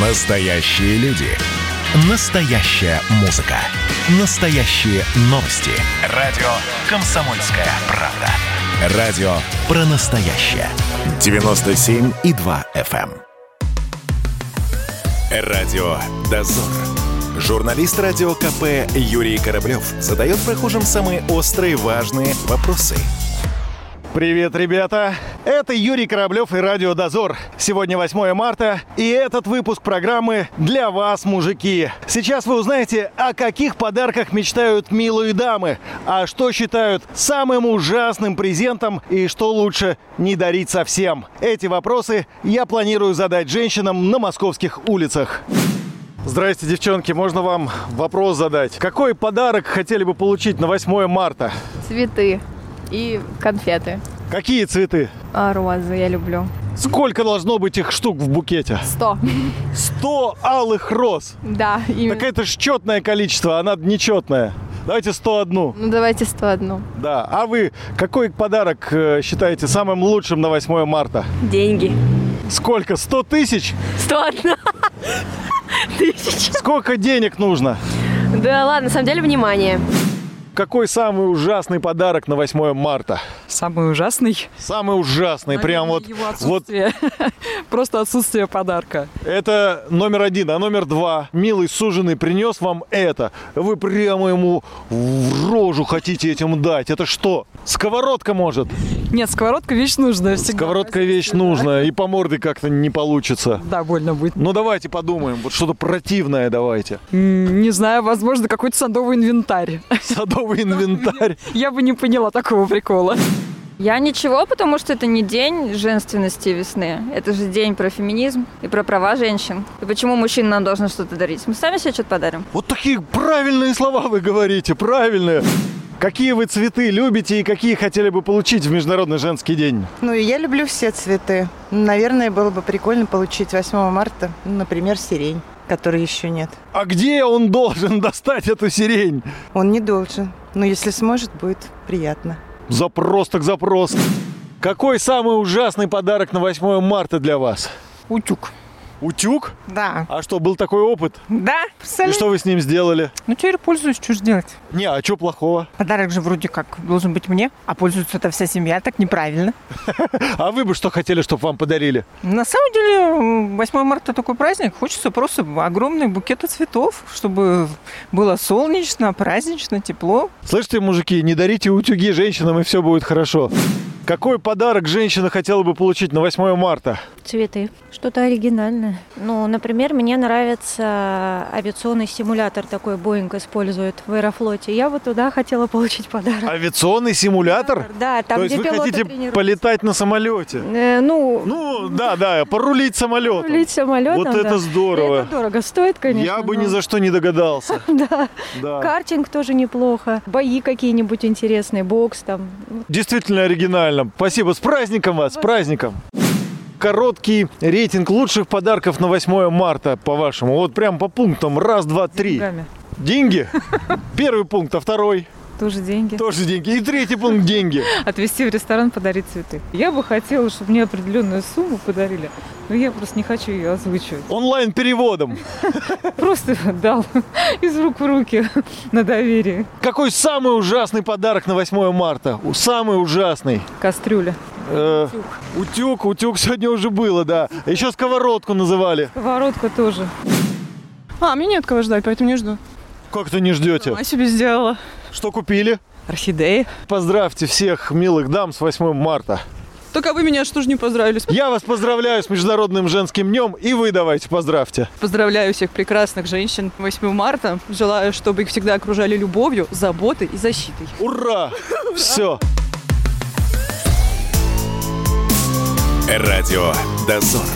Настоящие люди. Настоящая музыка. Настоящие новости. Радио Комсомольская правда. Радио про настоящее. 97,2 FM. эм. Радио «Дозор». Журналист радио КП Юрий Кораблев задает прохожим самые острые важные вопросы. Привет, ребята! Это Юрий Кораблев и Радио Дозор. Сегодня 8 марта, и этот выпуск программы для вас, мужики. Сейчас вы узнаете, о каких подарках мечтают милые дамы, а что считают самым ужасным презентом и что лучше не дарить совсем. Эти вопросы я планирую задать женщинам на московских улицах. Здрасте, девчонки, можно вам вопрос задать? Какой подарок хотели бы получить на 8 марта? Цветы и конфеты. Какие цветы? А, розы я люблю. Сколько должно быть их штук в букете? Сто. 100 алых роз. Да, именно. Так это ж четное количество, она нечетная. Давайте 101. Ну давайте 101. Да. А вы какой подарок э, считаете самым лучшим на 8 марта? Деньги. Сколько? 100 тысяч? 101 тысяча. Сколько денег нужно? Да ладно, на самом деле, внимание. Какой самый ужасный подарок на 8 марта? Самый ужасный. Самый ужасный, прям вот, Его вот отсутствие. Просто отсутствие подарка. Это номер один, а номер два. Милый суженый принес вам это. Вы прямо ему в рожу хотите этим дать. Это что? Сковородка может. Нет, сковородка вещь нужная всегда. Сковородка вещь нужная, и по морде как-то не получится. Да, больно будет. Ну давайте подумаем, вот что-то противное давайте. М, Не знаю, возможно, какой-то садовый инвентарь. Садовый инвентарь. Я бы не поняла такого прикола. Я ничего, потому что это не день женственности и весны. Это же день про феминизм и про права женщин. И почему мужчина нам должен что-то дарить? Мы сами себе что-то подарим. Вот такие правильные слова вы говорите, правильные. Какие вы цветы любите и какие хотели бы получить в Международный женский день? Ну, и я люблю все цветы. Наверное, было бы прикольно получить 8 марта, ну, например, сирень, которой еще нет. А где он должен достать эту сирень? Он не должен. Но если сможет, будет приятно. Запрос так запрос. Какой самый ужасный подарок на 8 марта для вас? Утюг. Утюг? Да. А что, был такой опыт? Да? И что вы с ним сделали? Ну теперь пользуюсь, что же делать? Не, а что плохого? Подарок же вроде как должен быть мне, а пользуется это вся семья, так неправильно. А вы бы что хотели, чтобы вам подарили? На самом деле, м, 8 марта такой праздник, хочется просто огромные букеты цветов, чтобы было солнечно, празднично, тепло. Слышите, мужики, не дарите утюги женщинам, и все будет хорошо. Какой подарок женщина хотела бы получить на 8 марта? Цветы. Что-то оригинальное. Ну, например, мне нравится авиационный симулятор такой Боинг использует в Аэрофлоте. Я вот туда хотела получить подарок. Авиационный симулятор? Да, там, То есть где вы пилоты хотите тренируются. полетать на самолете? Э, ну, Ну, да, да, порулить самолетом. рулить самолетом. Вот это да. здорово. Это дорого стоит, конечно. Я бы но- ни за что не догадался. Да. Да. Картинг тоже неплохо. Бои какие-нибудь интересные, бокс там. Действительно оригинально. Спасибо. С праздником вас, с праздником. Короткий рейтинг лучших подарков на 8 марта, по-вашему. Вот прям по пунктам. Раз, два, три. Деньгами. Деньги. Первый пункт, а второй. Тоже деньги. Тоже деньги. И третий пункт – деньги. Отвезти в ресторан, подарить цветы. Я бы хотела, чтобы мне определенную сумму подарили, но я просто не хочу ее озвучивать. Онлайн-переводом. Просто дал из рук в руки на доверие. Какой самый ужасный подарок на 8 марта? У- Самый ужасный. Кастрюля. Э, утюг. Утюг сегодня уже было, да. Еще сковородку называли. Поворотка тоже. А, мне нет кого ждать, поэтому не жду. Как то не ждете? А себе сделала. Что купили? Орхидеи. Поздравьте всех милых дам с 8 марта. Только вы меня что ж не поздравили? Сп- Я вас поздравляю с Международным женским днем, и вы давайте поздравьте. Поздравляю всех прекрасных женщин 8 марта. Желаю, чтобы их всегда окружали любовью, заботой и защитой. Ура! Все. Радио «Дозор».